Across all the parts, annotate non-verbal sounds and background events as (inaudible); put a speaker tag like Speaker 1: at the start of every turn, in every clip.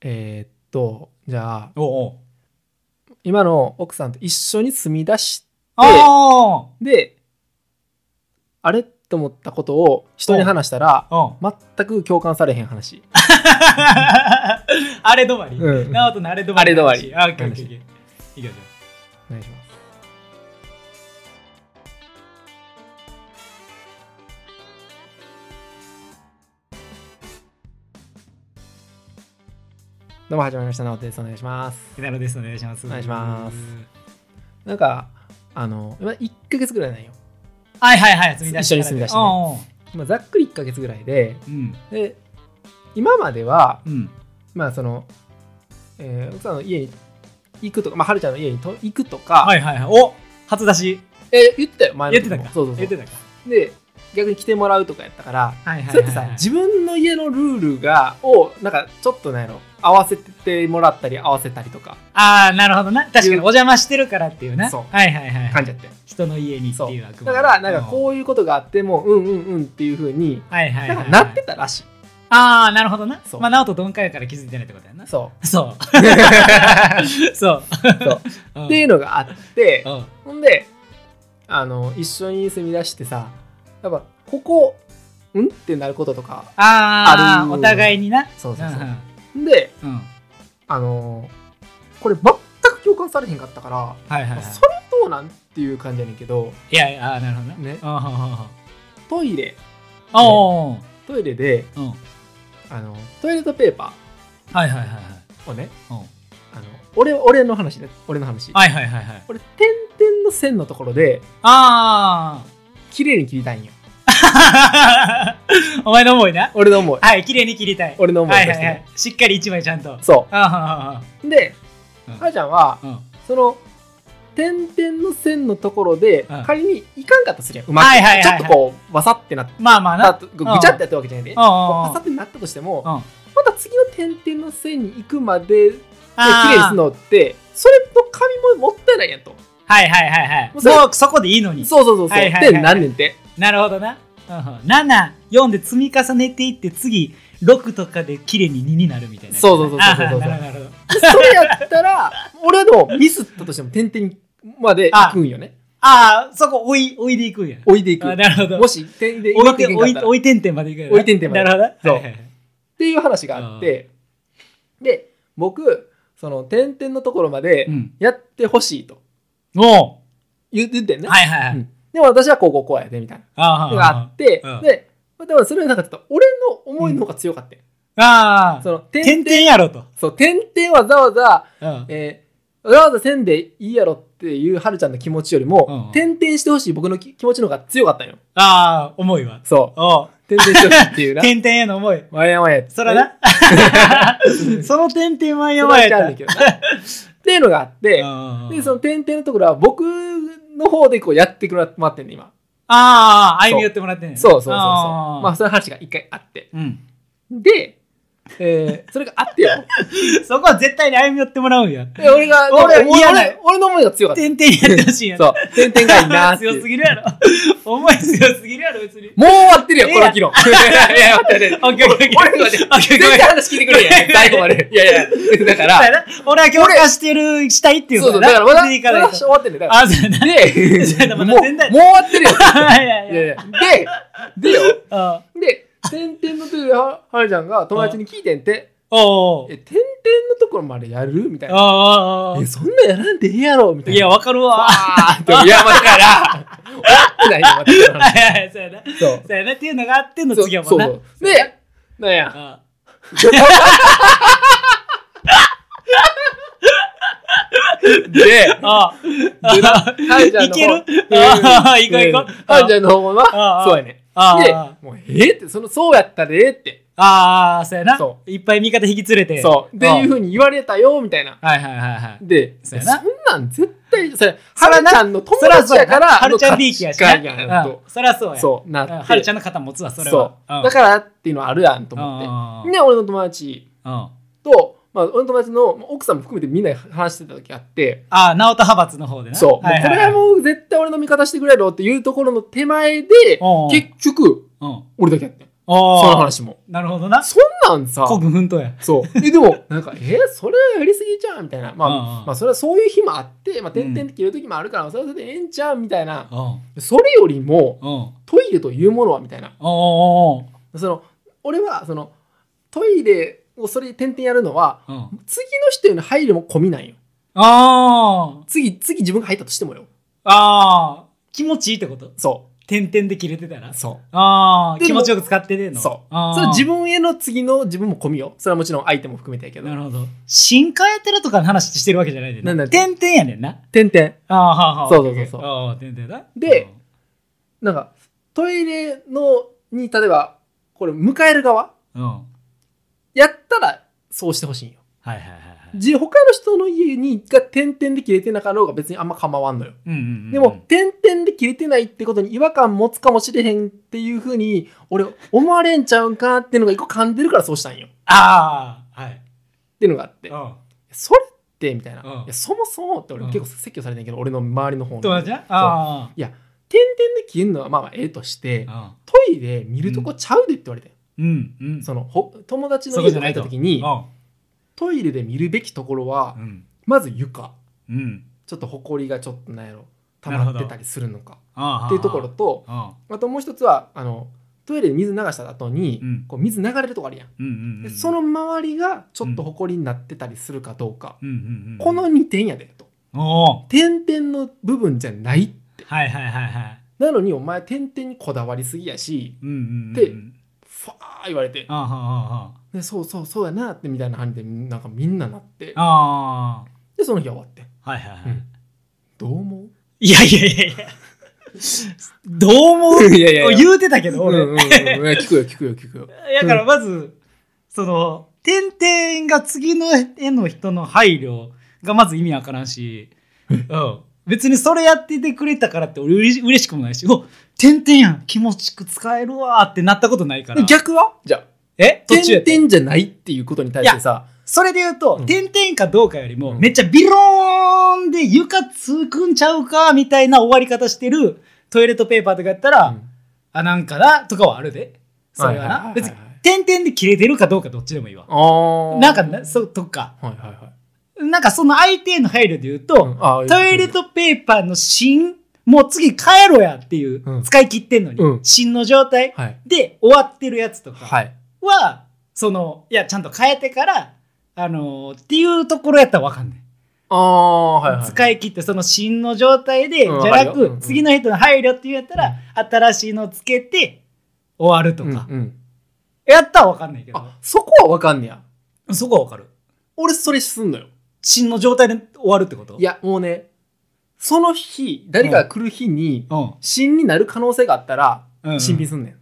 Speaker 1: えーっとじゃあ
Speaker 2: おうおう
Speaker 1: 今の奥さんと一緒に住み出し
Speaker 2: あ
Speaker 1: であれと思ったことを人に話したら
Speaker 2: あうん
Speaker 1: 全く共感されへん話
Speaker 2: (laughs) あれ止まり
Speaker 1: うん
Speaker 2: 直人のあれ止まりの話あオッケーオッケーオッケーいきましょう
Speaker 1: お願いしますどうも始まりましたなおてですお願いします
Speaker 2: ひなのですお願いします
Speaker 1: お願いしますなんかあの今1ヶ月ぐらいなんよ
Speaker 2: はいはいはい積み出し
Speaker 1: 一緒に積み出してね
Speaker 2: おうおう
Speaker 1: まあざっくり1ヶ月ぐらいで
Speaker 2: うん
Speaker 1: で今までは
Speaker 2: うん
Speaker 1: まあその、えー、奥さんの家に行くとか、まあ、はるちゃんの家にと行くとか、
Speaker 2: はいはいはいお初出し
Speaker 1: えー言ったよ前の
Speaker 2: やっ
Speaker 1: 時
Speaker 2: て
Speaker 1: も
Speaker 2: たか
Speaker 1: そうそうそ
Speaker 2: や
Speaker 1: う
Speaker 2: ってたか
Speaker 1: で逆に来てもらうとかやったから
Speaker 2: はいは
Speaker 1: それってさ自分の家のルールがをなんかちょっとなんやろ合わせてもらったり合わせたりとか
Speaker 2: ああなるほどな確かにお邪魔してるからっていうな
Speaker 1: そう
Speaker 2: はいはいはい
Speaker 1: 感じやって
Speaker 2: 人の家にって
Speaker 1: そう
Speaker 2: いう
Speaker 1: だからなんかこ
Speaker 2: う
Speaker 1: ういうことがあってもうんうんうんっていうふうに
Speaker 2: んはいはい
Speaker 1: な
Speaker 2: は
Speaker 1: んか
Speaker 2: いはい
Speaker 1: なってたらしい、
Speaker 2: ああなるほどな
Speaker 1: そう
Speaker 2: まあ直人鈍化やから気づいてないってことやな
Speaker 1: そ
Speaker 2: (laughs) そう (laughs) そう
Speaker 1: う
Speaker 2: っ
Speaker 1: っていううのがあって
Speaker 2: ん
Speaker 1: ほんであの一緒に住み出してさやっぱここうんってなることとか
Speaker 2: あ
Speaker 1: あ
Speaker 2: あ
Speaker 1: る
Speaker 2: お互いにな
Speaker 1: そうそうそう、
Speaker 2: ん
Speaker 1: で
Speaker 2: うんうん
Speaker 1: あのーこれ全く共感されへんかったから、
Speaker 2: はいはいはい
Speaker 1: それどうなんっていう感じやねんけど
Speaker 2: いやいやあーなるほどな
Speaker 1: ね
Speaker 2: うんうんうんうん
Speaker 1: トイレ
Speaker 2: おー
Speaker 1: トイレで
Speaker 2: うん
Speaker 1: あのトイレットペーパ
Speaker 2: はいはいはいはい
Speaker 1: ーをね
Speaker 2: うん
Speaker 1: あの俺俺の話ね俺の話、
Speaker 2: はいはいはいはい
Speaker 1: 俺点々の線のところで
Speaker 2: あ
Speaker 1: 綺麗に切りたいんよ
Speaker 2: あ (laughs) お前の思いな
Speaker 1: 俺の思い
Speaker 2: はい綺麗に切りたい
Speaker 1: 俺の思い
Speaker 2: は
Speaker 1: と
Speaker 2: い
Speaker 1: して
Speaker 2: は
Speaker 1: ね、
Speaker 2: いはいしっかり一枚ちゃんと
Speaker 1: そ
Speaker 2: あ
Speaker 1: うで
Speaker 2: うん
Speaker 1: 母ちゃんは
Speaker 2: あうん
Speaker 1: その点々の線のところで
Speaker 2: うん
Speaker 1: 仮にいかんかったとすりゃうまく、
Speaker 2: はいはいはいはい
Speaker 1: ちょっとこうわさってなった
Speaker 2: まあまあな
Speaker 1: ぐちゃってやったわけじゃないで
Speaker 2: うんうんうん
Speaker 1: わさってなったとしても、
Speaker 2: うん
Speaker 1: また次の点々の線に行くまでで
Speaker 2: あー
Speaker 1: 綺麗にするのってそれの紙ももったいないやんと
Speaker 2: はいはいはいはい
Speaker 1: もうそれ
Speaker 2: もうそこでいいのに
Speaker 1: そうそうそうそう、
Speaker 2: はいはいはい
Speaker 1: で何年って
Speaker 2: なるほどな、うんうん、74で積み重ねていって次6とかで綺麗に2になるみたいな
Speaker 1: そうそうそうそうそうそう
Speaker 2: あーなるほどなるほど
Speaker 1: でそれやったら俺はでもミスったとしても点々まで行くんよね
Speaker 2: ああそこ追い追いでいくんや
Speaker 1: 置いていく
Speaker 2: あーなるほど
Speaker 1: もし点でう
Speaker 2: 追
Speaker 1: ま
Speaker 2: い
Speaker 1: くい
Speaker 2: て
Speaker 1: けんか
Speaker 2: 追
Speaker 1: っ
Speaker 2: い
Speaker 1: たら
Speaker 2: 追い点々までいくんやな
Speaker 1: 追い点々まで
Speaker 2: なるほど
Speaker 1: そうっていう話があってで僕その点々のところまで
Speaker 2: うん
Speaker 1: やってほしいと
Speaker 2: も
Speaker 1: 言言ってん
Speaker 2: う
Speaker 1: ね、
Speaker 2: はいはいはい、
Speaker 1: うんでも私はこうこうこうやでみたいな
Speaker 2: あ
Speaker 1: のがあって、
Speaker 2: うん
Speaker 1: で、でもそれはなんかちょっと俺の思いの方が強かったよ、
Speaker 2: ああ
Speaker 1: その点
Speaker 2: 点々やろと、
Speaker 1: そう点々わざわざ、
Speaker 2: うん
Speaker 1: えーわざわざ線でいいやろっていうはるちゃんの気持ちより
Speaker 2: うんう
Speaker 1: も、
Speaker 2: ん
Speaker 1: 点々してほしい僕のき気持ちの方が強かったんよ。
Speaker 2: ああ思いは
Speaker 1: そ
Speaker 2: おう
Speaker 1: う。点々してほしいっていうな。
Speaker 2: (laughs) 点々への思い
Speaker 1: わやわや。
Speaker 2: そら (laughs) なその点々は
Speaker 1: え。
Speaker 2: や
Speaker 1: それ
Speaker 2: ば
Speaker 1: はち
Speaker 2: いや
Speaker 1: ゃ
Speaker 2: っ
Speaker 1: うね
Speaker 2: た
Speaker 1: んけどな。っていうのがあって、で、その点々のところは僕の方でこうやってくらまってんね、今。
Speaker 2: ああ、歩み寄ってもらってんね
Speaker 1: そうそうそうそう。
Speaker 2: あー
Speaker 1: まあ、そういう話が一回あって。
Speaker 2: うん。
Speaker 1: で、えーそれがあ (laughs) ってよ。
Speaker 2: そこは絶対に歩み寄ってもらうんや。
Speaker 1: で俺が、
Speaker 2: 俺
Speaker 1: でも
Speaker 2: 嫌な
Speaker 1: 俺俺の思いが強かった。
Speaker 2: 点々やってほしいんやん。
Speaker 1: そう。点々がいいなー (laughs) っていう
Speaker 2: 強すぎるやろ。お前強すぎるやろ、別に。
Speaker 1: もう終わってるよ、この議論。いやいや、待って
Speaker 2: オッケーオッケー
Speaker 1: (laughs) 俺ので
Speaker 2: オッケー
Speaker 1: 全然話聞いてくれんやん。最後まで。いやいや、だか (laughs)
Speaker 2: そうや
Speaker 1: ら、
Speaker 2: な俺は強化してる、したいっていう
Speaker 1: そう
Speaker 2: こ
Speaker 1: そ
Speaker 2: と
Speaker 1: う、だからまだ、
Speaker 2: それでいかない
Speaker 1: 話終
Speaker 2: と。
Speaker 1: わってるね。だから
Speaker 2: あ、そうやな。
Speaker 1: (laughs) で、も
Speaker 2: ま
Speaker 1: うもう
Speaker 2: だ
Speaker 1: 終
Speaker 2: 全然
Speaker 1: わってるよ。
Speaker 2: はいはいい
Speaker 1: や
Speaker 2: や
Speaker 1: (laughs) い
Speaker 2: いや。
Speaker 1: や、で、でよ、
Speaker 2: あ
Speaker 1: で、点々のとこで、ははるちゃんが友達に聞いてんて、
Speaker 2: おうおう
Speaker 1: え、点々のところまでやるみたい
Speaker 2: おう
Speaker 1: な。
Speaker 2: おうお
Speaker 1: え、
Speaker 2: う
Speaker 1: そんなんやらんでええやろみたい
Speaker 2: い
Speaker 1: な。
Speaker 2: や、わかるわ。
Speaker 1: (laughs) わ
Speaker 2: は
Speaker 1: ーって、いや、まあだ
Speaker 2: (laughs)
Speaker 1: から、終わってないよ、また
Speaker 2: いはいはい、 (laughs) そうやな。
Speaker 1: そう。
Speaker 2: そうやなっていうのがあっての
Speaker 1: そう
Speaker 2: 次はもんな。
Speaker 1: そうそうで、なん
Speaker 2: (laughs)
Speaker 1: や。
Speaker 2: あ
Speaker 1: で、 (laughs)
Speaker 2: あ。あ
Speaker 1: ハルちゃんの方
Speaker 2: いける
Speaker 1: うん
Speaker 2: あー行こう行こ
Speaker 1: う
Speaker 2: う
Speaker 1: んハルちゃんの方もな
Speaker 2: あー
Speaker 1: そうやね
Speaker 2: あー
Speaker 1: でもうええってそのそうやったでええって
Speaker 2: ああ、そうやな
Speaker 1: そ。
Speaker 2: いっぱい味方引き連れて。
Speaker 1: そうっていうふうに言われたよみたいな
Speaker 2: はいはいはいはい。
Speaker 1: でそう
Speaker 2: そや
Speaker 1: ん
Speaker 2: な
Speaker 1: なん絶対それ
Speaker 2: そ
Speaker 1: ハ
Speaker 2: ら
Speaker 1: ル
Speaker 2: な
Speaker 1: ちゃんの友
Speaker 2: そら
Speaker 1: 達
Speaker 2: そう
Speaker 1: や
Speaker 2: や
Speaker 1: か
Speaker 2: からら、はるちゃんびいきやしな。
Speaker 1: 価値観やん
Speaker 2: うん
Speaker 1: と
Speaker 2: そらそうや。
Speaker 1: そうなって
Speaker 2: んはるちゃんの肩持つわ、それは
Speaker 1: そ。うだ
Speaker 2: ら、
Speaker 1: からっていうのはあるやんと思っ
Speaker 2: 思
Speaker 1: てで俺の友達
Speaker 2: あ
Speaker 1: とまあ俺の友達の奥さんも含めてみんなで話してた時あって
Speaker 2: あー、直人派閥の方でな。
Speaker 1: そうもうこ
Speaker 2: はいはい
Speaker 1: れはもう絶対俺の味方してくれろっていうところの手前で
Speaker 2: うんうん
Speaker 1: 結局
Speaker 2: うん
Speaker 1: 俺だけやってんその
Speaker 2: ああ。
Speaker 1: 話も
Speaker 2: なるほどな。
Speaker 1: そんなんさ
Speaker 2: 古軍奮闘や。
Speaker 1: そうえでもなんか「えそれやりすぎじゃん」みたいなまあ
Speaker 2: うんうん
Speaker 1: まあそれはそういう日もあってまあ
Speaker 2: う
Speaker 1: 点
Speaker 2: ん
Speaker 1: 々って切る時もあるから、それはそれでええんちゃうみたいな
Speaker 2: うん。うん。
Speaker 1: それよりも
Speaker 2: お
Speaker 1: トイレというものはみたいな
Speaker 2: ーお
Speaker 1: その俺はそのトイレをそれで点々やるのは
Speaker 2: ーおーうん。
Speaker 1: 次の人への配慮も込みなんよ
Speaker 2: ああ。
Speaker 1: 次次自分が入ったとしてもよ
Speaker 2: ああ。気持ちいいってこと
Speaker 1: そ
Speaker 2: 点々で切れてたら
Speaker 1: う。そう
Speaker 2: ああ。
Speaker 1: でも
Speaker 2: 気持ちよく使っててんの。
Speaker 1: そう
Speaker 2: あー
Speaker 1: それは自分への次の自分も込みよそれはもちろん相手も含めてやけど
Speaker 2: なるほど。進化やってるとかの話してるわけじゃないで
Speaker 1: なんだ
Speaker 2: ね。点々やねんな。
Speaker 1: 点々
Speaker 2: ああ、はあ、はあ。
Speaker 1: そうそうそうそう
Speaker 2: ああ、点々だ。
Speaker 1: でなんかトイレのに例えばこれ迎える側
Speaker 2: うん、うん。はい
Speaker 1: やったらそうしてほしいんよ
Speaker 2: はいはいはい。
Speaker 1: じ他の人の家にが点々で切れてなかろうが別にあんま構わんのよ
Speaker 2: うんうんうん
Speaker 1: でも、点々で切れてないってことに違和感持つかもしれへんっていうふうに俺思われんちゃうんかっていうのが一個噛んでるからそうしたんよっ
Speaker 2: ああ、はい。
Speaker 1: ていうのがあって
Speaker 2: う
Speaker 1: それってみたいな、
Speaker 2: うん
Speaker 1: いやそもそもって俺
Speaker 2: うん
Speaker 1: 結構説教されてんけど、俺の周りの方
Speaker 2: ん。
Speaker 1: の
Speaker 2: 友
Speaker 1: 点々
Speaker 2: 達なあ
Speaker 1: で消えるのはまあまあええとして、
Speaker 2: あ。
Speaker 1: トイレ見るとこちゃうでって言われて、
Speaker 2: うんうん。
Speaker 1: そのほ友達の
Speaker 2: そこ
Speaker 1: 家
Speaker 2: じゃ
Speaker 1: に
Speaker 2: な
Speaker 1: 入っ
Speaker 2: いと
Speaker 1: た時に
Speaker 2: う
Speaker 1: トイレで見るべきところは、
Speaker 2: ん。
Speaker 1: まず床
Speaker 2: うん。
Speaker 1: ちょっと埃がちょっとなんやろ溜まってたりするのか
Speaker 2: ああ。
Speaker 1: っていうところと
Speaker 2: ああ。
Speaker 1: あともう一つはあのトイレで水流した後に、
Speaker 2: うん
Speaker 1: こう水流れるとこあるやん、
Speaker 2: うんうんう
Speaker 1: で
Speaker 2: ん。
Speaker 1: その周りがちょっと埃になってたりするかどうか、
Speaker 2: うんうんうん。
Speaker 1: この2点やでと
Speaker 2: おお。
Speaker 1: 点々の部分じゃない
Speaker 2: はいはいはいはい。
Speaker 1: なのにお前点々にこだわりすぎやし
Speaker 2: うんうんうん。
Speaker 1: でファー言われて
Speaker 2: ああは
Speaker 1: でそうそうそうやなってみたいな感じでなんかみんななって
Speaker 2: あはあ。あ
Speaker 1: でその日は終わってん
Speaker 2: あ。はいはいは
Speaker 1: う
Speaker 2: い
Speaker 1: ん。どう思う
Speaker 2: いやいやいやいや。どう思う
Speaker 1: いやいやいや
Speaker 2: 言うてたけど、
Speaker 1: うん
Speaker 2: 俺。
Speaker 1: うんうん、いや聞くよ聞くよ聞くよ
Speaker 2: だからまず、その、点々が次の絵の人の配慮がまず意味わからんし、うん。別にそれやっててくれたからって俺うれし嬉しくもないし、お点々やん気持ちよく使えるわーってなったことないから。
Speaker 1: 逆はじゃあ
Speaker 2: え途中やっ
Speaker 1: 点
Speaker 2: た
Speaker 1: 々じゃないっていうことに対してさ
Speaker 2: それで言うと、
Speaker 1: うん
Speaker 2: 点々かどうかよりも、
Speaker 1: うん
Speaker 2: めっちゃビローンで床つくんちゃうかみたいな終わり方してるトイレットペーパーとかやったら、
Speaker 1: うん
Speaker 2: あ、なんかなとかはあるで。それはな。
Speaker 1: はいはいはい
Speaker 2: 別
Speaker 1: はい
Speaker 2: に、点々で切れてるかどうかどっちでもいいわ。
Speaker 1: あー
Speaker 2: なんかな、そう、とか。
Speaker 1: はいはいはい
Speaker 2: なんかその相手への配慮で言うと、
Speaker 1: うんあー
Speaker 2: トイレットペーパーの芯、もう次帰ろうやっていう、
Speaker 1: うん
Speaker 2: 使い切ってんのに、
Speaker 1: うん
Speaker 2: 芯の状態
Speaker 1: はい
Speaker 2: で終わってるやつとか
Speaker 1: はい
Speaker 2: は、その、いや、ちゃんと変えてから、あのーっていうところやったらわかんない。
Speaker 1: ああはいはい
Speaker 2: 使い切って、その芯の状態で、
Speaker 1: うん
Speaker 2: じゃな
Speaker 1: わか
Speaker 2: く、
Speaker 1: るようんうん
Speaker 2: 次の人の配慮っていうやったら、新しいのつけて終わるとか、
Speaker 1: うんうん
Speaker 2: やったらわかんないけど、
Speaker 1: あそこはわかんねや
Speaker 2: そこはわかる。
Speaker 1: 俺それすんのよ
Speaker 2: 芯の状態で終わるってこと
Speaker 1: いやもうねその日誰かが来る日に
Speaker 2: うん。
Speaker 1: 芯になる可能性があったら
Speaker 2: うんうん
Speaker 1: 新品すんね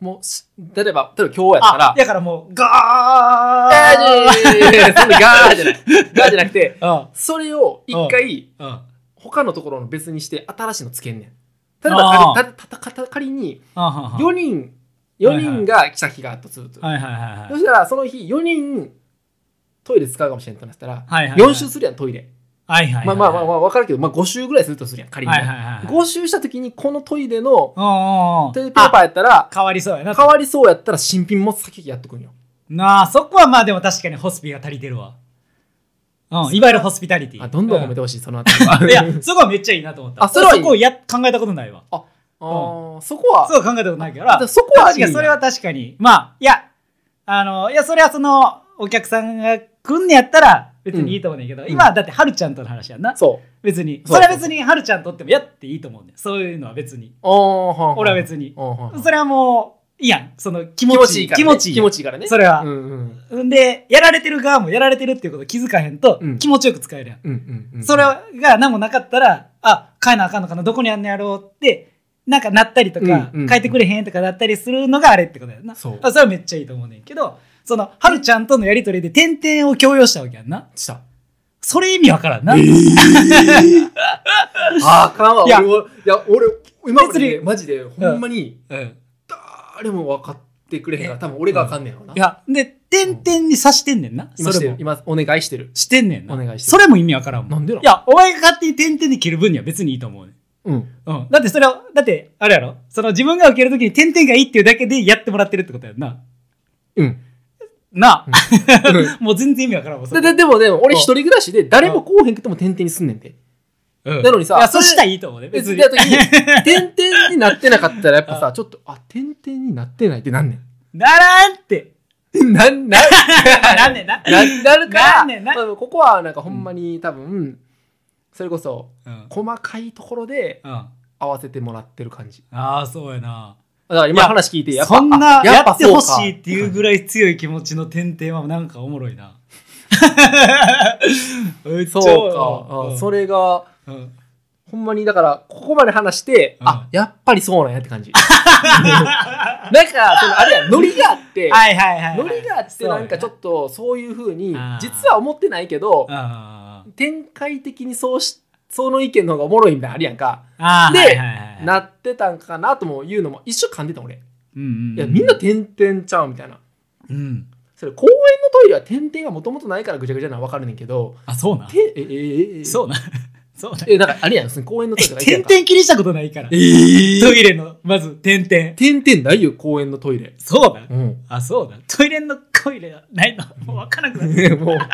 Speaker 1: ん、もうし例えば例えば今日やった
Speaker 2: あ
Speaker 1: ら
Speaker 2: だからもう、
Speaker 1: いやい
Speaker 2: ガー
Speaker 1: やいやいやそんなガーじゃないガーじゃなくて
Speaker 2: あ
Speaker 1: それを一回
Speaker 2: あ
Speaker 1: 他のところの別にして新しいのつけんねん例えば
Speaker 2: あー
Speaker 1: 仮たたたた仮に
Speaker 2: あ
Speaker 1: 4人
Speaker 2: はい
Speaker 1: 4人が来た日があったとすると、
Speaker 2: はいはいはい
Speaker 1: そしたらその日4人トイレ使うかもしれんとなったら、
Speaker 2: はいはいはい
Speaker 1: 4周するやんトイレ、
Speaker 2: はいはいはい
Speaker 1: まあまあまあまあ分かるけど、まあ、5周ぐらいするとするやん仮に、
Speaker 2: はいはいはい
Speaker 1: 5周した時にこのトイレの
Speaker 2: おうおうおう
Speaker 1: トイレペーパーやったら
Speaker 2: あ変わりそうやな
Speaker 1: 変わりそうやったら新品も先やっとくんよ
Speaker 2: なあそこはまあでも確かにホスピが足りてるわうんいわゆるホスピタリティ
Speaker 1: あどんどん褒めて
Speaker 2: て
Speaker 1: ほしい、そ
Speaker 2: (laughs)
Speaker 1: のあたりは
Speaker 2: いやそこはめっちゃいいなと思った
Speaker 1: あそれはいい
Speaker 2: 俺こをや考えたことないわ
Speaker 1: あーそこは
Speaker 2: そう考えたことな
Speaker 1: あ
Speaker 2: いか
Speaker 1: じゃ
Speaker 2: ら
Speaker 1: あそこはいい
Speaker 2: 確かにそれは確かにまあいやあのいやそれはそのお客さんが来んねやったら別にいいと思うねんけど、
Speaker 1: ん
Speaker 2: 今はだってはるちゃんとの話やんな
Speaker 1: そう
Speaker 2: 別に
Speaker 1: そう
Speaker 2: それは別にはるちゃんとってもやっていいと思うねんそういうのは別に
Speaker 1: あーはんはん
Speaker 2: 俺は別に
Speaker 1: あーはんはん
Speaker 2: それはもう、いいやん。その
Speaker 1: 気
Speaker 2: 気持
Speaker 1: 持
Speaker 2: ち
Speaker 1: ち
Speaker 2: い
Speaker 1: い
Speaker 2: い。
Speaker 1: いから、ね、
Speaker 2: 気持ちいい。
Speaker 1: 気持ちいいからね
Speaker 2: それは
Speaker 1: うん。うん
Speaker 2: んで、やられてる側もやられてるっていうことを気づかへんと、
Speaker 1: うん
Speaker 2: 気持ちよく使えるやん。
Speaker 1: うんうんうん
Speaker 2: それが何もなかったら、あ、変えなあかんのかな、どこにあんのやろうって、なんかなったりとか、
Speaker 1: うんうん
Speaker 2: 変えてくれへんとかなったりするのがあれってことやんな。
Speaker 1: そう
Speaker 2: あそれはめっちゃいいと思うねんけど、その、はるちゃんとのやりとりで点々を強要したわけやんな。
Speaker 1: した
Speaker 2: それ意味わからんな。
Speaker 1: あかんわ
Speaker 2: いや
Speaker 1: 俺はいや俺今までね
Speaker 2: 別に
Speaker 1: マジでほんまに
Speaker 2: うん
Speaker 1: 誰も分かってくれへんから多分俺が分かんねやろない
Speaker 2: や、で、点々に刺してんねんな。
Speaker 1: 今
Speaker 2: そ
Speaker 1: して
Speaker 2: れ
Speaker 1: る
Speaker 2: も。
Speaker 1: 今お願いしてる
Speaker 2: してんねんな。
Speaker 1: お願いしてる
Speaker 2: それも意味わからんもん。
Speaker 1: なんでなん
Speaker 2: いや、お前が勝手に点々で切る分には別にいいと思うねん。
Speaker 1: うん。
Speaker 2: うん。だってそれは、だって、あれやろその自分が受けるときに点々がいいっていうだけでやってもらってるってことやんな。
Speaker 1: うん。
Speaker 2: なあ、
Speaker 1: うん
Speaker 2: もう全然意味わからんもん、そ
Speaker 1: で
Speaker 2: れ
Speaker 1: ででも、でも、俺一人暮らしで、誰もこうへんくても点々にすんねんて。
Speaker 2: うん
Speaker 1: なのにさ
Speaker 2: いや、そしたらいいと思うね。別
Speaker 1: 別
Speaker 2: に
Speaker 1: に。。時に、
Speaker 2: (laughs)
Speaker 1: 点々になってなかったら、やっぱ
Speaker 2: あ
Speaker 1: さ、ちょっと、あ、点々になってないってなんねん。
Speaker 2: ならん
Speaker 1: (laughs)
Speaker 2: って。
Speaker 1: なん、な、
Speaker 2: なんねんな。
Speaker 1: な、なるから、
Speaker 2: なんねんな
Speaker 1: まあここはなんかほんまに多分、それこそ、
Speaker 2: うん。
Speaker 1: 細かいところで
Speaker 2: うん。あ
Speaker 1: 合わせてもらってる感じ。
Speaker 2: あー、そうやな。
Speaker 1: だから
Speaker 2: い
Speaker 1: 今
Speaker 2: や
Speaker 1: 話聞いて、やっぱ、
Speaker 2: そんな
Speaker 1: あ
Speaker 2: や
Speaker 1: っぱ
Speaker 2: って
Speaker 1: そう
Speaker 2: ほ
Speaker 1: か
Speaker 2: しいっていうぐらい強い気持ちの点々はなんかおもろいな。
Speaker 1: (laughs) そうか。あそ
Speaker 2: れ、
Speaker 1: れが、
Speaker 2: うん
Speaker 1: ほんまにだから、ここまで話して、
Speaker 2: うん
Speaker 1: あ、やっぱりそうなんやって感
Speaker 2: (laughs)
Speaker 1: じ。なんか、そのあれや、ノリがあって、
Speaker 2: はいはいはいはい。
Speaker 1: ノリがあって、なんかちょ
Speaker 2: と。
Speaker 1: っとそういう風に
Speaker 2: あー、
Speaker 1: 実は思ってないけど、
Speaker 2: あー
Speaker 1: 展開的にそうし、その意見の方がおもろいみたいなのあるやんか、
Speaker 2: あー。
Speaker 1: で
Speaker 2: はいはいはい
Speaker 1: なってたんかなとも言うのも、一緒噛んでた俺。
Speaker 2: うんうんう
Speaker 1: いや、みんな点々ちゃうみたいな。
Speaker 2: うん。
Speaker 1: それ、公園のトイレは点々がもともとないからぐちゃぐちゃなのはわかるねんけど、
Speaker 2: あ、そうな。
Speaker 1: て、え、え、え、え、
Speaker 2: そうな。そうな。
Speaker 1: え、なんかあれやん、その公園のトイレ
Speaker 2: (laughs)
Speaker 1: がいいや
Speaker 2: 点
Speaker 1: ん
Speaker 2: 々
Speaker 1: か。
Speaker 2: 気にしたことないから。 (laughs) ト
Speaker 1: え
Speaker 2: イレの、まず、点々。
Speaker 1: 点々ないよ、公園のトイレ。
Speaker 2: そうだ。
Speaker 1: うん。
Speaker 2: あ、そうだ。トイレのトイレがないの。もうわからなくなった。
Speaker 1: ね (laughs)
Speaker 2: (laughs)
Speaker 1: もう。いや、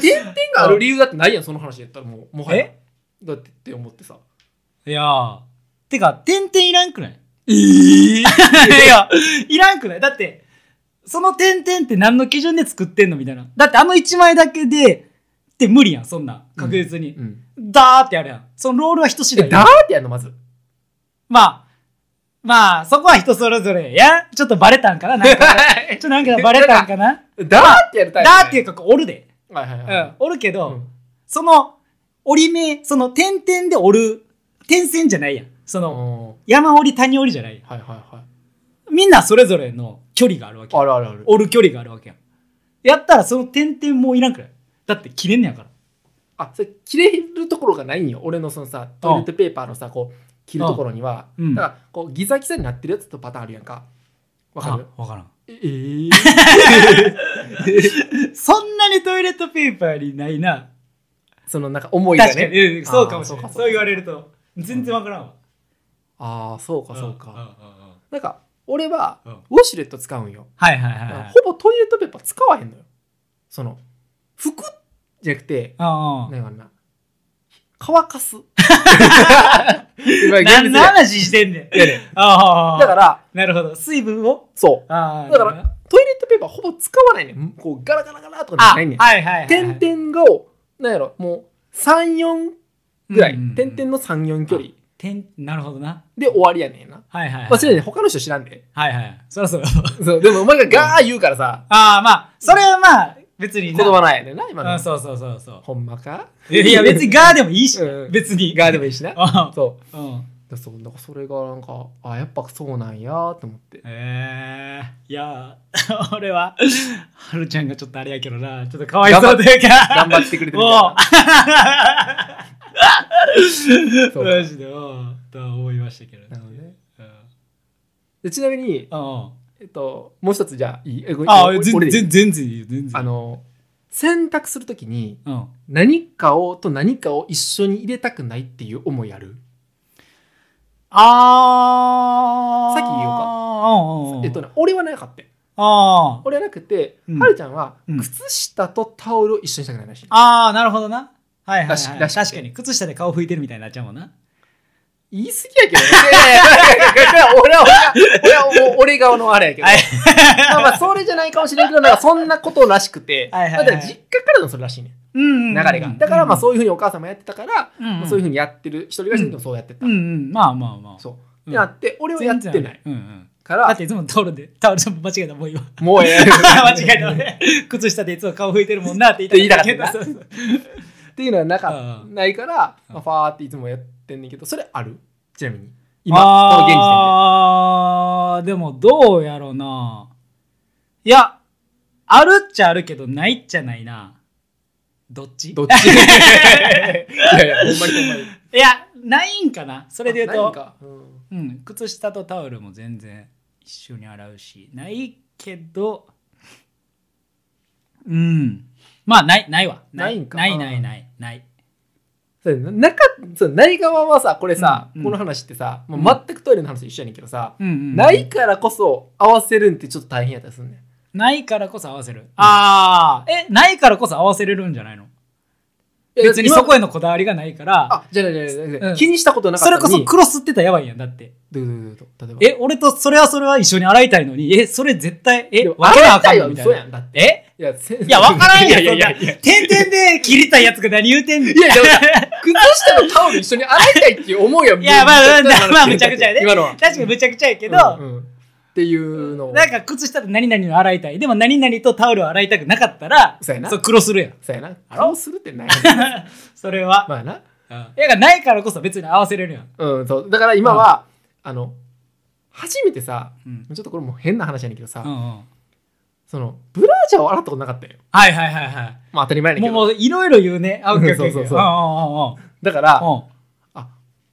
Speaker 1: 点々がある理由だってないやん、その話やったらもう、もはや。
Speaker 2: え
Speaker 1: だってって思ってさ。
Speaker 2: いやー。てか、点々いらんく (laughs) ない
Speaker 1: ええ
Speaker 2: いや、いらんくないだって、その点々って何の基準で作ってんのみたいな。だってあの1枚だけで、って無理やん、そんなん。確実に。
Speaker 1: うん。
Speaker 2: ダーってやるやん。そのロールは人次
Speaker 1: え、
Speaker 2: 第や
Speaker 1: だ
Speaker 2: ん
Speaker 1: ーってやんの、まず。
Speaker 2: まあ、まあ、そこは人それぞれやん。ちょっとバレたんかななんか (laughs) ちょっとなんかバレたんか (laughs) な
Speaker 1: だーってやるタ
Speaker 2: ダ
Speaker 1: イプね。
Speaker 2: ーっていうか、こうおるで。
Speaker 1: はいはい
Speaker 2: うん
Speaker 1: は、
Speaker 2: おるけ
Speaker 1: い
Speaker 2: ど、
Speaker 1: うん。
Speaker 2: その折り目、その点々で折る、点線じゃないやん。その、
Speaker 1: うん。
Speaker 2: 山折り谷折りじゃないや
Speaker 1: はいはいはい。
Speaker 2: ん。みんなそれぞれの距離があるわけやん
Speaker 1: あるあるある。
Speaker 2: 折る距離があるわけやん。やったらその点々もういらんくらい。だって切れんねやから。
Speaker 1: あ、それ、切れるところがないんよ。俺のそのさ、トイレットペーパーのさ、こう、切るところには。
Speaker 2: うん
Speaker 1: だから、こう、ギザギザになってるやつとパターンあるやんか。わかる
Speaker 2: あわからん。
Speaker 1: ええ
Speaker 2: (laughs) そんなにトイレットペーパーにないな。
Speaker 1: その、なんか、思いがね。
Speaker 2: 確かに。うんそうかもしれな
Speaker 1: あ
Speaker 2: い。
Speaker 1: ー
Speaker 2: そう言われると。全然わからんわ。
Speaker 1: ああ、そうかそうか。
Speaker 2: ん。うん
Speaker 1: なんか俺は
Speaker 2: うん
Speaker 1: ウォシュレット使うんよ、
Speaker 2: はいはいはいはい。
Speaker 1: ほぼトイレットペーパー使わへんのよその服じゃなくて
Speaker 2: ああ。
Speaker 1: なんかな乾かす今
Speaker 2: 何の
Speaker 1: や
Speaker 2: 話してんねん。
Speaker 1: いやね
Speaker 2: ああ。
Speaker 1: だから
Speaker 2: なるほど。水分を。
Speaker 1: そう
Speaker 2: ああ。
Speaker 1: だから
Speaker 2: なるほど
Speaker 1: トイレットペーパーほぼ使わないねんこうガラガラガラとかな
Speaker 2: あ、はいい
Speaker 1: ねん
Speaker 2: はいはい。
Speaker 1: 点々がなんやろもう34ぐらい、点々の
Speaker 2: の。
Speaker 1: 34距離
Speaker 2: 点、なるほどな。
Speaker 1: で終わりやねんな
Speaker 2: はいはいはい。
Speaker 1: まあそれね他の人知らんで
Speaker 2: はいはい。そろそろ。
Speaker 1: そうでもお前がガー言うからさ
Speaker 2: ああ、まあ、それはまあ、別に
Speaker 1: 言
Speaker 2: な。
Speaker 1: 葉ないやねんな今
Speaker 2: あ
Speaker 1: の
Speaker 2: あそうそうそうそう。
Speaker 1: ほんまか
Speaker 2: いや、別にガーでもいいし
Speaker 1: う、ん
Speaker 2: 別に。
Speaker 1: ガーで
Speaker 2: も
Speaker 1: もいいしな
Speaker 2: あ
Speaker 1: そ
Speaker 2: あ (laughs) うん。
Speaker 1: う。そうなんかそれがなんか、あ、やっぱそうなんやと思
Speaker 2: (laughs)
Speaker 1: って。
Speaker 2: えー、いや (laughs) ー、俺は、はるちゃんがちょっとあれやけどな、ちょっとかわいそうというか、
Speaker 1: 頑張ってくれてるみ
Speaker 2: も、
Speaker 1: たそううか
Speaker 2: マジで、うん、とは思いましたけど
Speaker 1: いな。なので
Speaker 2: うん
Speaker 1: でちなみに、
Speaker 2: あ
Speaker 1: えっと、もう一つじゃあ、いいえごめん
Speaker 2: あ、
Speaker 1: 俺
Speaker 2: 全
Speaker 1: 俺
Speaker 2: 然、
Speaker 1: で
Speaker 2: 全然、全然いいよ、全然。
Speaker 1: あ、の、選択するときに
Speaker 2: うん。
Speaker 1: 何かをと何かを一緒に入れたくないっていう思いある
Speaker 2: あ
Speaker 1: さっき言おう
Speaker 2: か。うんうんうん。
Speaker 1: えっとね、俺はなかった。
Speaker 2: あー
Speaker 1: 俺はなくて、
Speaker 2: うん
Speaker 1: はるちゃんは
Speaker 2: うん
Speaker 1: 靴下とタオルを一緒にしたくないらしい。
Speaker 2: あー、なるほどな。はいはい、
Speaker 1: らし
Speaker 2: はい。
Speaker 1: らしくて
Speaker 2: 確かに、靴下で顔拭いてるみたいになっちゃうもんな。
Speaker 1: 言い過ぎやけどね。いやい
Speaker 2: (laughs)
Speaker 1: やいや俺は、俺は、俺はもう俺側のあれやけど。
Speaker 2: はい
Speaker 1: まあまあ、それじゃないかもしれんけど、なんかそんなことらしくて、
Speaker 2: はいはいは
Speaker 1: だ
Speaker 2: い
Speaker 1: から実家からのそれらしいね、
Speaker 2: うんうんうん。
Speaker 1: 流れが。だからまあそういうふうにお母さんもやってたから、
Speaker 2: うんうん
Speaker 1: まあそういうふうにやってる、一人暮らしの時もそうやってた。
Speaker 2: うんうん、まあまあまあ。
Speaker 1: そう。
Speaker 2: うん
Speaker 1: であって、俺はやってない。
Speaker 2: うんうん。
Speaker 1: か
Speaker 2: だ
Speaker 1: ら
Speaker 2: って、いつもタオルで、タオルちょっと間違えた、もういいわ。
Speaker 1: もうええ
Speaker 2: (laughs) 間違えた俺。靴下でいつも顔拭いてるもんなって言いたかったけど。
Speaker 1: 言いたか
Speaker 2: そうそう
Speaker 1: っていうのはなか
Speaker 2: うん
Speaker 1: ないから、
Speaker 2: うん
Speaker 1: まあ、ファーっていつもやってんねんけど、それあるちなみに。今、この現時
Speaker 2: あー、でもどうやろうな。いや、あるっちゃあるけど、ないっちゃないな。どっち
Speaker 1: 点で。どっちい
Speaker 2: (laughs)
Speaker 1: やいや、ほんまにほんまに。
Speaker 2: いや、ないんかな。それで言う
Speaker 1: あないん
Speaker 2: と、
Speaker 1: かうん
Speaker 2: うん、靴下とタオルも全然一緒に洗うし、ないけど、うん。まあ、ない、ないわ。
Speaker 1: ないんか
Speaker 2: ないないないない。
Speaker 1: そそうやななかそうない側はさこれさ、
Speaker 2: うん
Speaker 1: この話ってさ、
Speaker 2: ん
Speaker 1: もう全くトイレの話と一緒やねんけどさ、
Speaker 2: うんうん
Speaker 1: ないからこそ合わせるんってちょっと大変やったりすんねん
Speaker 2: ないからこそ合わせる。ああ、え、ないからこそ合わせれるんじゃないの
Speaker 1: いや
Speaker 2: 別に
Speaker 1: 今
Speaker 2: そこへのこだわりがないから、
Speaker 1: あじゃあじゃあじゃあじゃあ
Speaker 2: うん
Speaker 1: 気にしたことなかっ
Speaker 2: そ
Speaker 1: たの
Speaker 2: れ
Speaker 1: に
Speaker 2: こそクロスってたらやばいやん、だって。
Speaker 1: どうどうどうどう例えば
Speaker 2: え、俺とそれはそれは一緒に洗いたいのに、え、それ絶対、え、
Speaker 1: でも
Speaker 2: 分けなあ
Speaker 1: 洗いた
Speaker 2: かん
Speaker 1: いは
Speaker 2: のみたい
Speaker 1: 嘘や
Speaker 2: な。
Speaker 1: んだって
Speaker 2: え
Speaker 1: いやせ
Speaker 2: いや、分からんやん。
Speaker 1: いやいやいや
Speaker 2: そんな点々で切りたいやつが何言うてんねん。
Speaker 1: いやいや靴下のタオル一緒に洗いたいっていう思いは
Speaker 2: いやまあ
Speaker 1: めちゃくちゃ
Speaker 2: まあまあむちゃくちゃやね
Speaker 1: 今のは
Speaker 2: 確かにむちゃくちゃやけど、
Speaker 1: うんうんっていうのを
Speaker 2: なんか靴下で何々を洗いたい。でも何々とタオルを洗いたくなかったら、
Speaker 1: そうやな
Speaker 2: う黒するやん。
Speaker 1: そうやな
Speaker 2: ろ
Speaker 1: こうするってない
Speaker 2: それは。
Speaker 1: まあない
Speaker 2: や、ないからこそ別に合わせれるやん。
Speaker 1: うんそうだから今はあの初めてさ
Speaker 2: うん。
Speaker 1: ちょっとこれもう変な話やねんけどさ、
Speaker 2: うんうん。
Speaker 1: そのブラジャーを洗ったことなかったよ
Speaker 2: はいはいはいは
Speaker 1: まあ当たり前や
Speaker 2: い。
Speaker 1: ねん
Speaker 2: も
Speaker 1: けど
Speaker 2: う、もういろいろ言うね。あ、オッケーオッケー
Speaker 1: そうそう
Speaker 2: オッケ
Speaker 1: そう
Speaker 2: ー。うんうんうんうん
Speaker 1: だから
Speaker 2: うん。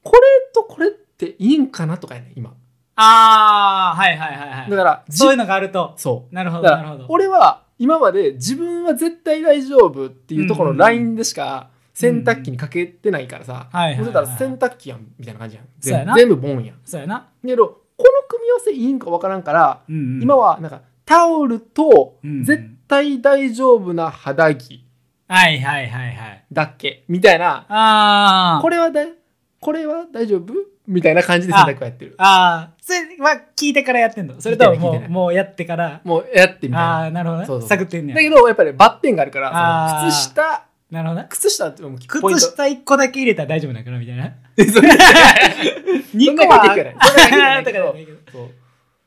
Speaker 1: これとこれっていいんかなとかやねん今
Speaker 2: あー、はいはいはい
Speaker 1: だ
Speaker 2: はい。
Speaker 1: からじ
Speaker 2: そういうのがあると。
Speaker 1: そう
Speaker 2: なるほど
Speaker 1: だか
Speaker 2: なる
Speaker 1: ら
Speaker 2: ほど。
Speaker 1: 俺は今まで自分は絶対大丈夫っていうところのラインでしか洗濯機にかけてないからさ、
Speaker 2: うんはいはいは
Speaker 1: も
Speaker 2: い
Speaker 1: うだから洗濯機やんみたいな感じやん
Speaker 2: そうや
Speaker 1: 全
Speaker 2: な
Speaker 1: 部全部ボンやん
Speaker 2: そうやな。
Speaker 1: けどこの組み合わせいいんかわからんから、
Speaker 2: うんうん
Speaker 1: 今はなんかタオルと
Speaker 2: うんうん
Speaker 1: 絶対大丈夫な肌着
Speaker 2: はいはいはいはい。
Speaker 1: だっけみたいな
Speaker 2: あー。
Speaker 1: これはだいこれは大丈夫みたいな感じで洗濯をやってる
Speaker 2: ああ、それは聞いてからやってんのそれとも
Speaker 1: 聞いてない聞いて
Speaker 2: も
Speaker 1: な
Speaker 2: う
Speaker 1: い
Speaker 2: もうやってから。
Speaker 1: もうやってみ
Speaker 2: あ
Speaker 1: たい
Speaker 2: あ、なるほどね。
Speaker 1: そうそう
Speaker 2: 探ってんね
Speaker 1: な
Speaker 2: や
Speaker 1: だけどやっぱりバッテンがあるからそ
Speaker 2: あ
Speaker 1: の
Speaker 2: ー
Speaker 1: 靴下
Speaker 2: なるほどね。
Speaker 1: 靴下ってもうポイン
Speaker 2: 靴
Speaker 1: ト
Speaker 2: 下1個だけ入れたら大丈夫だからみたいな。 (laughs)
Speaker 1: そん
Speaker 2: 2
Speaker 1: な
Speaker 2: 個
Speaker 1: わ
Speaker 2: は
Speaker 1: けいかないそんなわけいかないけど
Speaker 2: だから
Speaker 1: そう。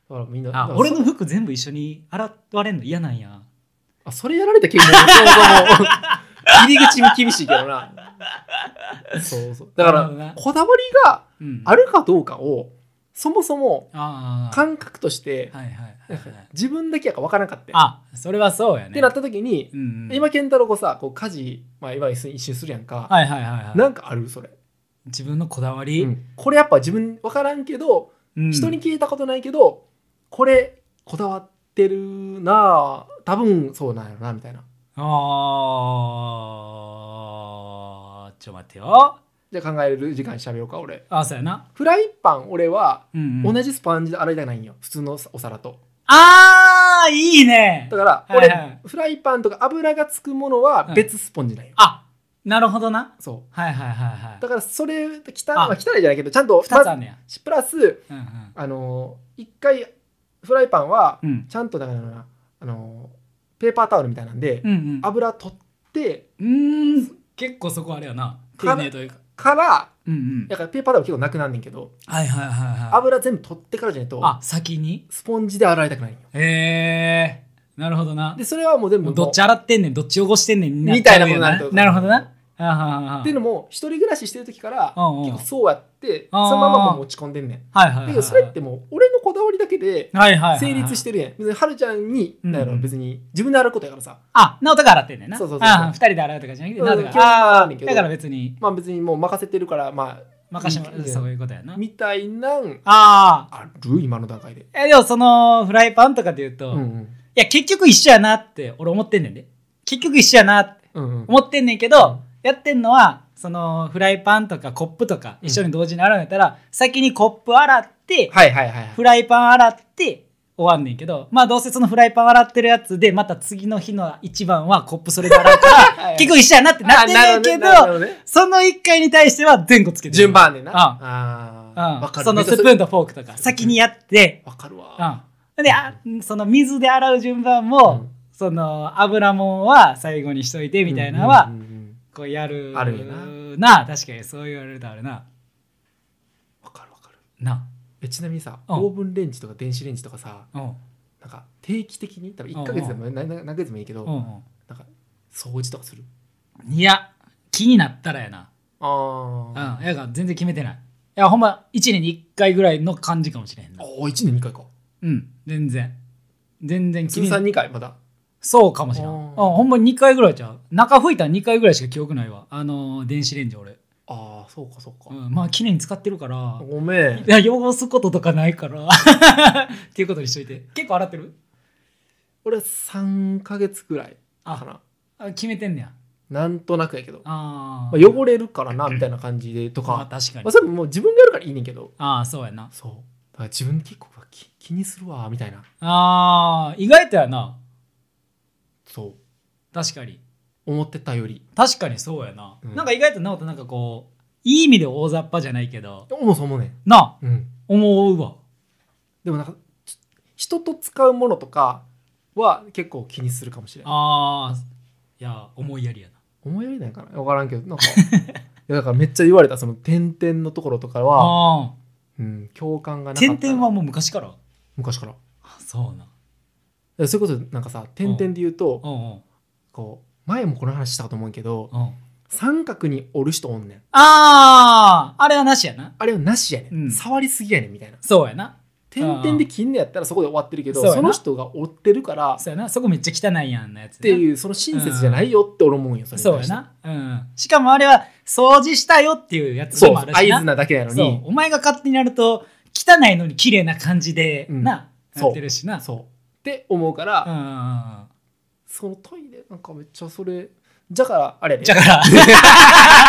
Speaker 1: だからみんな、だ
Speaker 2: あ
Speaker 1: から
Speaker 2: 俺の
Speaker 1: そ
Speaker 2: 服全部一緒に洗われんの嫌なんや。
Speaker 1: あ、それやられた気分も、そもそも入り口も厳しいけどな。そうそう。だか
Speaker 2: なるほど
Speaker 1: ら
Speaker 2: な、
Speaker 1: こだわりが
Speaker 2: うん
Speaker 1: あるかどうかを、そもそも
Speaker 2: ああ。
Speaker 1: 感覚として、
Speaker 2: はいはいはいはい。
Speaker 1: 自分だけやから分からんかって。っ
Speaker 2: あそれはそうやね。
Speaker 1: てなった時に
Speaker 2: う、んうん、
Speaker 1: 今、健太郎がさ、こう家事、まあ、いわゆる一周するやんか。
Speaker 2: はいはいはい、
Speaker 1: な
Speaker 2: はい。
Speaker 1: んかあるそれ、
Speaker 2: 自分のこだわり、
Speaker 1: うんこれやっぱ自分分からんけど、
Speaker 2: うん
Speaker 1: 人に聞いたことないけどこれこだわってるなぁ多分そうなんやろなみたいな
Speaker 2: ああ、ちょ待ってよ。
Speaker 1: じゃあ考える時間にしゃべようか俺
Speaker 2: あそうやな。
Speaker 1: フライパン俺は
Speaker 2: うんうん、
Speaker 1: 同じスポンジで洗いたくないんよ普通のお皿と
Speaker 2: ああ、いいね
Speaker 1: だ。から
Speaker 2: はい
Speaker 1: 俺、
Speaker 2: はい
Speaker 1: フライパンとか油がつくものは
Speaker 2: はい
Speaker 1: 別スポンジなんよ、
Speaker 2: あなるほどな。
Speaker 1: そ
Speaker 2: はいはいはいうは
Speaker 1: だからそれ汚い
Speaker 2: あ
Speaker 1: まあ汚いじゃないけどちゃんと
Speaker 2: い。二つ
Speaker 1: ま
Speaker 2: あんねや。
Speaker 1: ずプラス
Speaker 2: うんうん
Speaker 1: あのー一回フライパンは
Speaker 2: うん
Speaker 1: ちゃんとだからなあのーペーパータオルみたいなんで、
Speaker 2: うんうん
Speaker 1: 油取って
Speaker 2: うーん結構そこあれやな丁寧というか
Speaker 1: から
Speaker 2: うんうん
Speaker 1: だからペーパータオル結構なくなんねんけど
Speaker 2: はいはいはいはい
Speaker 1: 油全部取ってからじゃないと
Speaker 2: あ先に
Speaker 1: スポンジで洗いたくないんよ
Speaker 2: へえなるほどな
Speaker 1: でそれはもう全部
Speaker 2: も
Speaker 1: もう
Speaker 2: うどっち洗ってんねんどっち汚してんねん
Speaker 1: みたいなことになる
Speaker 2: るなるほどなあははは
Speaker 1: っていうのも一人暮らししてる時から
Speaker 2: うんうん
Speaker 1: 結構そうやってそ
Speaker 2: あー
Speaker 1: のままもう持ち込んでんねん
Speaker 2: はいは
Speaker 1: だ
Speaker 2: いは
Speaker 1: け
Speaker 2: い
Speaker 1: どそれってもう俺のこだわりだけで
Speaker 2: はいはいはいはい
Speaker 1: 成立してるやん別にはるちゃんに
Speaker 2: うん
Speaker 1: なんやろ別に自分で洗うことやからさ
Speaker 2: あ直人が洗ってんねんな
Speaker 1: そうそうそうそう
Speaker 2: あー二人で洗うとかじゃなくて
Speaker 1: うん
Speaker 2: 直人が
Speaker 1: 基本は洗わ
Speaker 2: あ
Speaker 1: んねんけ
Speaker 2: ー
Speaker 1: ど
Speaker 2: だから別に
Speaker 1: まあ別にもう任せてるからま
Speaker 2: 任せても
Speaker 1: うん
Speaker 2: そういうことや
Speaker 1: あ
Speaker 2: な
Speaker 1: みたいなん
Speaker 2: ああ
Speaker 1: ある今の段階で
Speaker 2: えでもそのフライパンとかで言う
Speaker 1: う
Speaker 2: と、
Speaker 1: んう
Speaker 2: い
Speaker 1: ん
Speaker 2: や結局一緒やなって俺思ってんねんで結局一緒やなって
Speaker 1: うんうん
Speaker 2: 思ってんねんけど、やってんのはそのフライパンとかコップとか
Speaker 1: うん
Speaker 2: 一緒に同時に洗うんやったら、先にコップ洗って、
Speaker 1: はいはいはいはい
Speaker 2: フライパン洗って終わんねんけどまあどうせそのフライパン洗ってるやつでまた次の日の一番はコップそれで洗うか
Speaker 1: (laughs) はいは
Speaker 2: ら
Speaker 1: い
Speaker 2: 結局一緒やなってなってんねんけど
Speaker 1: あなるほねなるほね
Speaker 2: その一回に対しては前後つけてる
Speaker 1: 順番でな
Speaker 2: あ
Speaker 1: あー
Speaker 2: う
Speaker 1: わ
Speaker 2: ん
Speaker 1: かる
Speaker 2: そのスプーンとフォークとか先にやって、
Speaker 1: わかるわ
Speaker 2: うん、であその水で洗う順番も、
Speaker 1: うん
Speaker 2: その油もんは最後にしといてみたいなのは、
Speaker 1: うんうんうん
Speaker 2: こうやる
Speaker 1: あるよ
Speaker 2: な確かにそう言われるとあるな
Speaker 1: わかるわかる
Speaker 2: な
Speaker 1: えちなみにさ
Speaker 2: うん
Speaker 1: オーブンレンジとか電子レンジとかさ
Speaker 2: うん
Speaker 1: なんか定期的に多分1か月でもなな何ヶ月でもいいけど
Speaker 2: うん
Speaker 1: なんか掃除とかする
Speaker 2: うんいや気になったらやな
Speaker 1: ああ
Speaker 2: うんやが全然決めてないいやほんま1年に1回ぐらいの感じかもしれへんな
Speaker 1: お1年2回か
Speaker 2: うん全然全然気
Speaker 1: 通
Speaker 2: に
Speaker 1: 算2回まだ
Speaker 2: そうかもしれん
Speaker 1: あー
Speaker 2: うんほんま2回ぐらいちゃう中吹いたら2回ぐらいしか記憶ないわあのー電子レンジ俺、
Speaker 1: ああそうかそう
Speaker 2: う
Speaker 1: か
Speaker 2: ん、まあ記念に使ってるから
Speaker 1: ごめん
Speaker 2: いや汚すこととかないから (laughs) っていうことにしといて結構洗ってる
Speaker 1: 俺3か月ぐらいかな
Speaker 2: あ決めてんねや
Speaker 1: なんとなくやけど、
Speaker 2: あ
Speaker 1: まあ、
Speaker 2: ー、
Speaker 1: 汚れるからなみたいな感じでと
Speaker 2: まあ
Speaker 1: か、
Speaker 2: 確かに
Speaker 1: まあ、。それももう自分がやるからいいねんけど
Speaker 2: ああ、そうやな。
Speaker 1: そうだから自分結構気気にするわみたいな
Speaker 2: ああ、意外とやな。
Speaker 1: そう
Speaker 2: 確かに。
Speaker 1: 思ってたより
Speaker 2: 確かにそうやな。
Speaker 1: うん
Speaker 2: なんか意外と直人なんかこう、いい意味で大雑把じゃないけど、
Speaker 1: 思うそう思うねん
Speaker 2: なあ、
Speaker 1: うん
Speaker 2: 思うわ。
Speaker 1: でもなんかち人と使うものとかは結構気にするかもしれない
Speaker 2: ああ、いや、思いやりやな。
Speaker 1: 思いやりないかな分からんけどなんか (laughs) いやだからめっちゃ言われたその点々のところとかは、
Speaker 2: あ
Speaker 1: うん、共感が
Speaker 2: あ、
Speaker 1: なかった
Speaker 2: 点々はもう昔から。
Speaker 1: 昔からだか
Speaker 2: あそうな。
Speaker 1: らそれこそなんかさ点々で言うと
Speaker 2: うんうん
Speaker 1: こう前もこの話したかと思うけど
Speaker 2: うん。
Speaker 1: 三角に折る人おんねん
Speaker 2: ああ、あれはなしやな。
Speaker 1: あれはなしやねん、
Speaker 2: うん
Speaker 1: 触りすぎやねんみたいな
Speaker 2: そうやな。
Speaker 1: 点々で切んねやったらそこで終わってるけど
Speaker 2: そうや
Speaker 1: そ
Speaker 2: な
Speaker 1: の人が折ってるからっ
Speaker 2: そうやな。そこめっちゃ汚いやんのやつな。
Speaker 1: ていうその親切じゃないよって俺思うんよそれに
Speaker 2: そう
Speaker 1: 対
Speaker 2: や
Speaker 1: して
Speaker 2: な。うん。しかもあれは掃除したよっていうやつで
Speaker 1: そう
Speaker 2: もあるし
Speaker 1: 合図
Speaker 2: な。
Speaker 1: なだけやの
Speaker 2: そう
Speaker 1: に。
Speaker 2: お前が勝手にやると汚いのに綺麗な感じで、
Speaker 1: うん
Speaker 2: な、
Speaker 1: そう
Speaker 2: やってるしな。
Speaker 1: そうって思うから、
Speaker 2: うんうんうん
Speaker 1: そのトイレなんかめっちゃそれだからあれや
Speaker 2: うん。
Speaker 1: ね
Speaker 2: だから、 (laughs)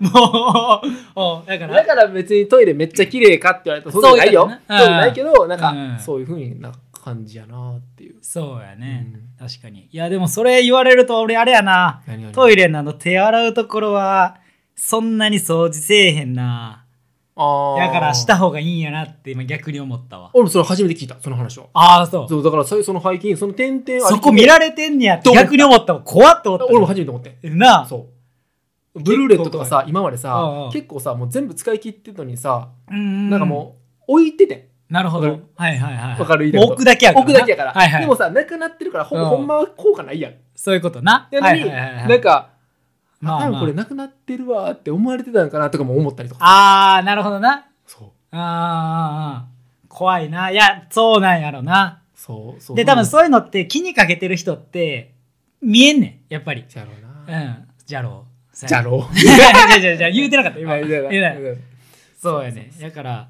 Speaker 2: もう、おだから
Speaker 1: だ、から別にトイレめっちゃ綺麗かって言われたらそうじゃないよ
Speaker 2: そう
Speaker 1: そう
Speaker 2: いうことね
Speaker 1: じゃないけどなん
Speaker 2: うん
Speaker 1: かそういうふうな感じやなっていう、
Speaker 2: そうやね。
Speaker 1: うん
Speaker 2: 確かに。いや、でもそれ言われると俺あれやな。
Speaker 1: 何々
Speaker 2: トイレなど手洗うところは、そんなに掃除せえへんな。
Speaker 1: あ
Speaker 2: だ
Speaker 1: あ
Speaker 2: からした方がいいんやなって今逆に思ったわ。
Speaker 1: 俺もそれ初めて聞いたその話は
Speaker 2: ああ、そう。
Speaker 1: そうだからさその背筋その点々あり
Speaker 2: そこ見られてんねやって
Speaker 1: どう思った
Speaker 2: 逆に思ったわ。怖って思ったわ。
Speaker 1: 俺も初めて思って
Speaker 2: なあ。
Speaker 1: そうブルーレットとかさ今まで
Speaker 2: うんう
Speaker 1: さ
Speaker 2: ん
Speaker 1: 結構さもう全部使い切ってたのにさ
Speaker 2: な
Speaker 1: なんかもう置いてて
Speaker 2: うん。なるほ
Speaker 1: わか
Speaker 2: ど。はいはいはい。
Speaker 1: わかる言いたい
Speaker 2: も
Speaker 1: こと
Speaker 2: う置くだけやから
Speaker 1: 置
Speaker 2: な。
Speaker 1: くだけやから、
Speaker 2: はいはい。
Speaker 1: でもさなくなってるからほ,、
Speaker 2: うん
Speaker 1: ほんまは効果ないやん
Speaker 2: そういうことな。
Speaker 1: や
Speaker 2: は
Speaker 1: の
Speaker 2: い
Speaker 1: に、
Speaker 2: はいはいはい
Speaker 1: なんか
Speaker 2: まあ
Speaker 1: 多
Speaker 2: ま
Speaker 1: 分
Speaker 2: あ
Speaker 1: これなくなってるわーって思われてたのかなとかも思ったりとか。
Speaker 2: あー、なるほどな。
Speaker 1: そう。
Speaker 2: あーあー、あー怖いな。いや、そうなんやろな。
Speaker 1: そう。そう
Speaker 2: で、多分そういうのって気にかけてる人って見えんねん、やっぱり。
Speaker 1: じゃろう
Speaker 2: う
Speaker 1: な。
Speaker 2: ん。じゃろう。
Speaker 1: じゃ (laughs) ろう。
Speaker 2: う。じゃじゃじゃ言うてなかった、今。
Speaker 1: はいじゃろう
Speaker 2: 言うてないそうやね。だから、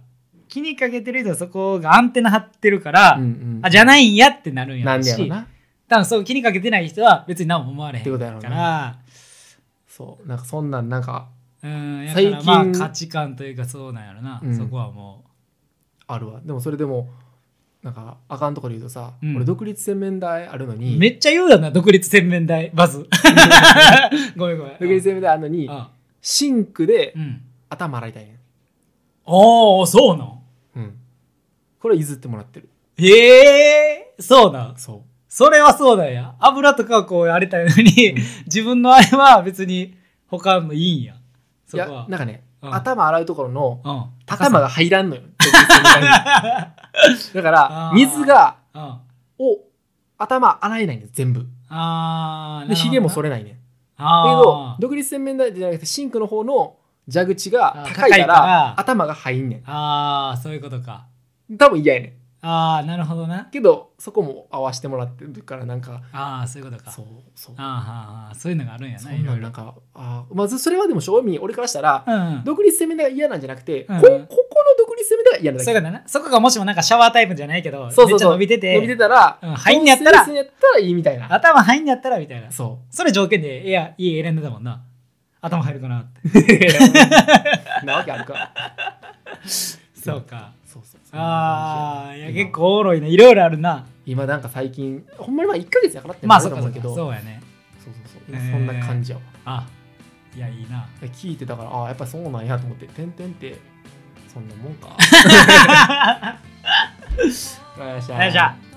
Speaker 2: 気にかけてる人はそこがアンテナ張ってるから、
Speaker 1: うんうん。
Speaker 2: あ、じゃないんやってなるんや
Speaker 1: な
Speaker 2: ろ
Speaker 1: ん
Speaker 2: う
Speaker 1: でやろう
Speaker 2: し。
Speaker 1: な。
Speaker 2: 多分そう気にかけてない人は別に何も思われへ
Speaker 1: って
Speaker 2: ん
Speaker 1: こと
Speaker 2: か
Speaker 1: やろうな
Speaker 2: ら
Speaker 1: そう。なんかそんなんなんか
Speaker 2: うんやか
Speaker 1: 最
Speaker 2: ら
Speaker 1: 近
Speaker 2: まあ価値観というかそうなんやろな、
Speaker 1: うん
Speaker 2: そこはも
Speaker 1: あるわ。でもそれでも、なんかあかんところで言うとさ、
Speaker 2: うん
Speaker 1: 俺独立洗面台あるの
Speaker 2: う
Speaker 1: に、
Speaker 2: めっちゃ言うよな独立洗面台
Speaker 1: (laughs)
Speaker 2: バズごめんごめん
Speaker 1: 独立洗面台あるのに、
Speaker 2: あ
Speaker 1: シンクで
Speaker 2: うん
Speaker 1: 頭洗いたいね
Speaker 2: おーそうなん
Speaker 1: ん。うん。これは譲ってもらってる。
Speaker 2: ええそうなん
Speaker 1: そ
Speaker 2: それはそうなんや油とかはこうあれたいのに、
Speaker 1: うん
Speaker 2: 自分のあれは別に他のいいんや
Speaker 1: う。
Speaker 2: そ
Speaker 1: い
Speaker 2: こ
Speaker 1: や、
Speaker 2: は
Speaker 1: なんかね、
Speaker 2: うん
Speaker 1: 頭洗うところの
Speaker 2: うん高
Speaker 1: 頭
Speaker 2: さ
Speaker 1: が入らん
Speaker 2: (laughs)
Speaker 1: のよ。独立洗面台にだから
Speaker 2: あ、ー
Speaker 1: 水が、
Speaker 2: うん
Speaker 1: を頭洗えないんです全部
Speaker 2: あー
Speaker 1: でひげもそ
Speaker 2: れ
Speaker 1: れないねんだけ
Speaker 2: あ
Speaker 1: ど
Speaker 2: ー
Speaker 1: 独立洗面台じゃなくてシンクの方の蛇口が
Speaker 2: あー
Speaker 1: 高いから
Speaker 2: 高いから
Speaker 1: 頭が入んね
Speaker 2: あーそういうことか
Speaker 1: ん多分嫌やねん
Speaker 2: ああなるほどな
Speaker 1: けどそこも合わせてもらってるからなんか
Speaker 2: ああそういうことか
Speaker 1: そうそう
Speaker 2: あーはーはーそういうのがあるんや
Speaker 1: そ
Speaker 2: なんいろ
Speaker 1: なん
Speaker 2: い
Speaker 1: な
Speaker 2: ろ
Speaker 1: んかあーまずそれはでも正味俺からしたら
Speaker 2: うんう
Speaker 1: (laughs)
Speaker 2: ん
Speaker 1: 独立洗面台が嫌なんじゃなくて、
Speaker 2: うん
Speaker 1: こここの独立洗面台が嫌なんだ
Speaker 2: そ
Speaker 1: け
Speaker 2: ういうことやなそこがもしもなんかシャワータイプじゃないけど
Speaker 1: そうそうそう
Speaker 2: めっちゃ伸びてて
Speaker 1: 伸びてたら、
Speaker 2: うん入んねやったら
Speaker 1: このスペースにやったらいいみたいな
Speaker 2: 頭入んだったらみたいな
Speaker 1: そ
Speaker 2: それ条件でいや家選んでたもんな頭入るかなって
Speaker 1: う
Speaker 2: (laughs)
Speaker 1: なわけあるか
Speaker 2: そうか
Speaker 1: そうそうそう
Speaker 2: ああいや結構おもろいないろいろあるな
Speaker 1: 今なんか最近ほんまにまあ1か月やからって
Speaker 2: まあ
Speaker 1: な
Speaker 2: そ
Speaker 1: る
Speaker 2: う
Speaker 1: と
Speaker 2: か
Speaker 1: 思
Speaker 2: そう
Speaker 1: けど
Speaker 2: うかそうやね
Speaker 1: そうそうそう
Speaker 2: ね
Speaker 1: そんな感じやわ
Speaker 2: あいやいいな
Speaker 1: 聞いてだからああやっぱそうなんやと思って「てんてん」って
Speaker 2: (laughs)
Speaker 1: (laughs) そんなもんか
Speaker 2: じゃあ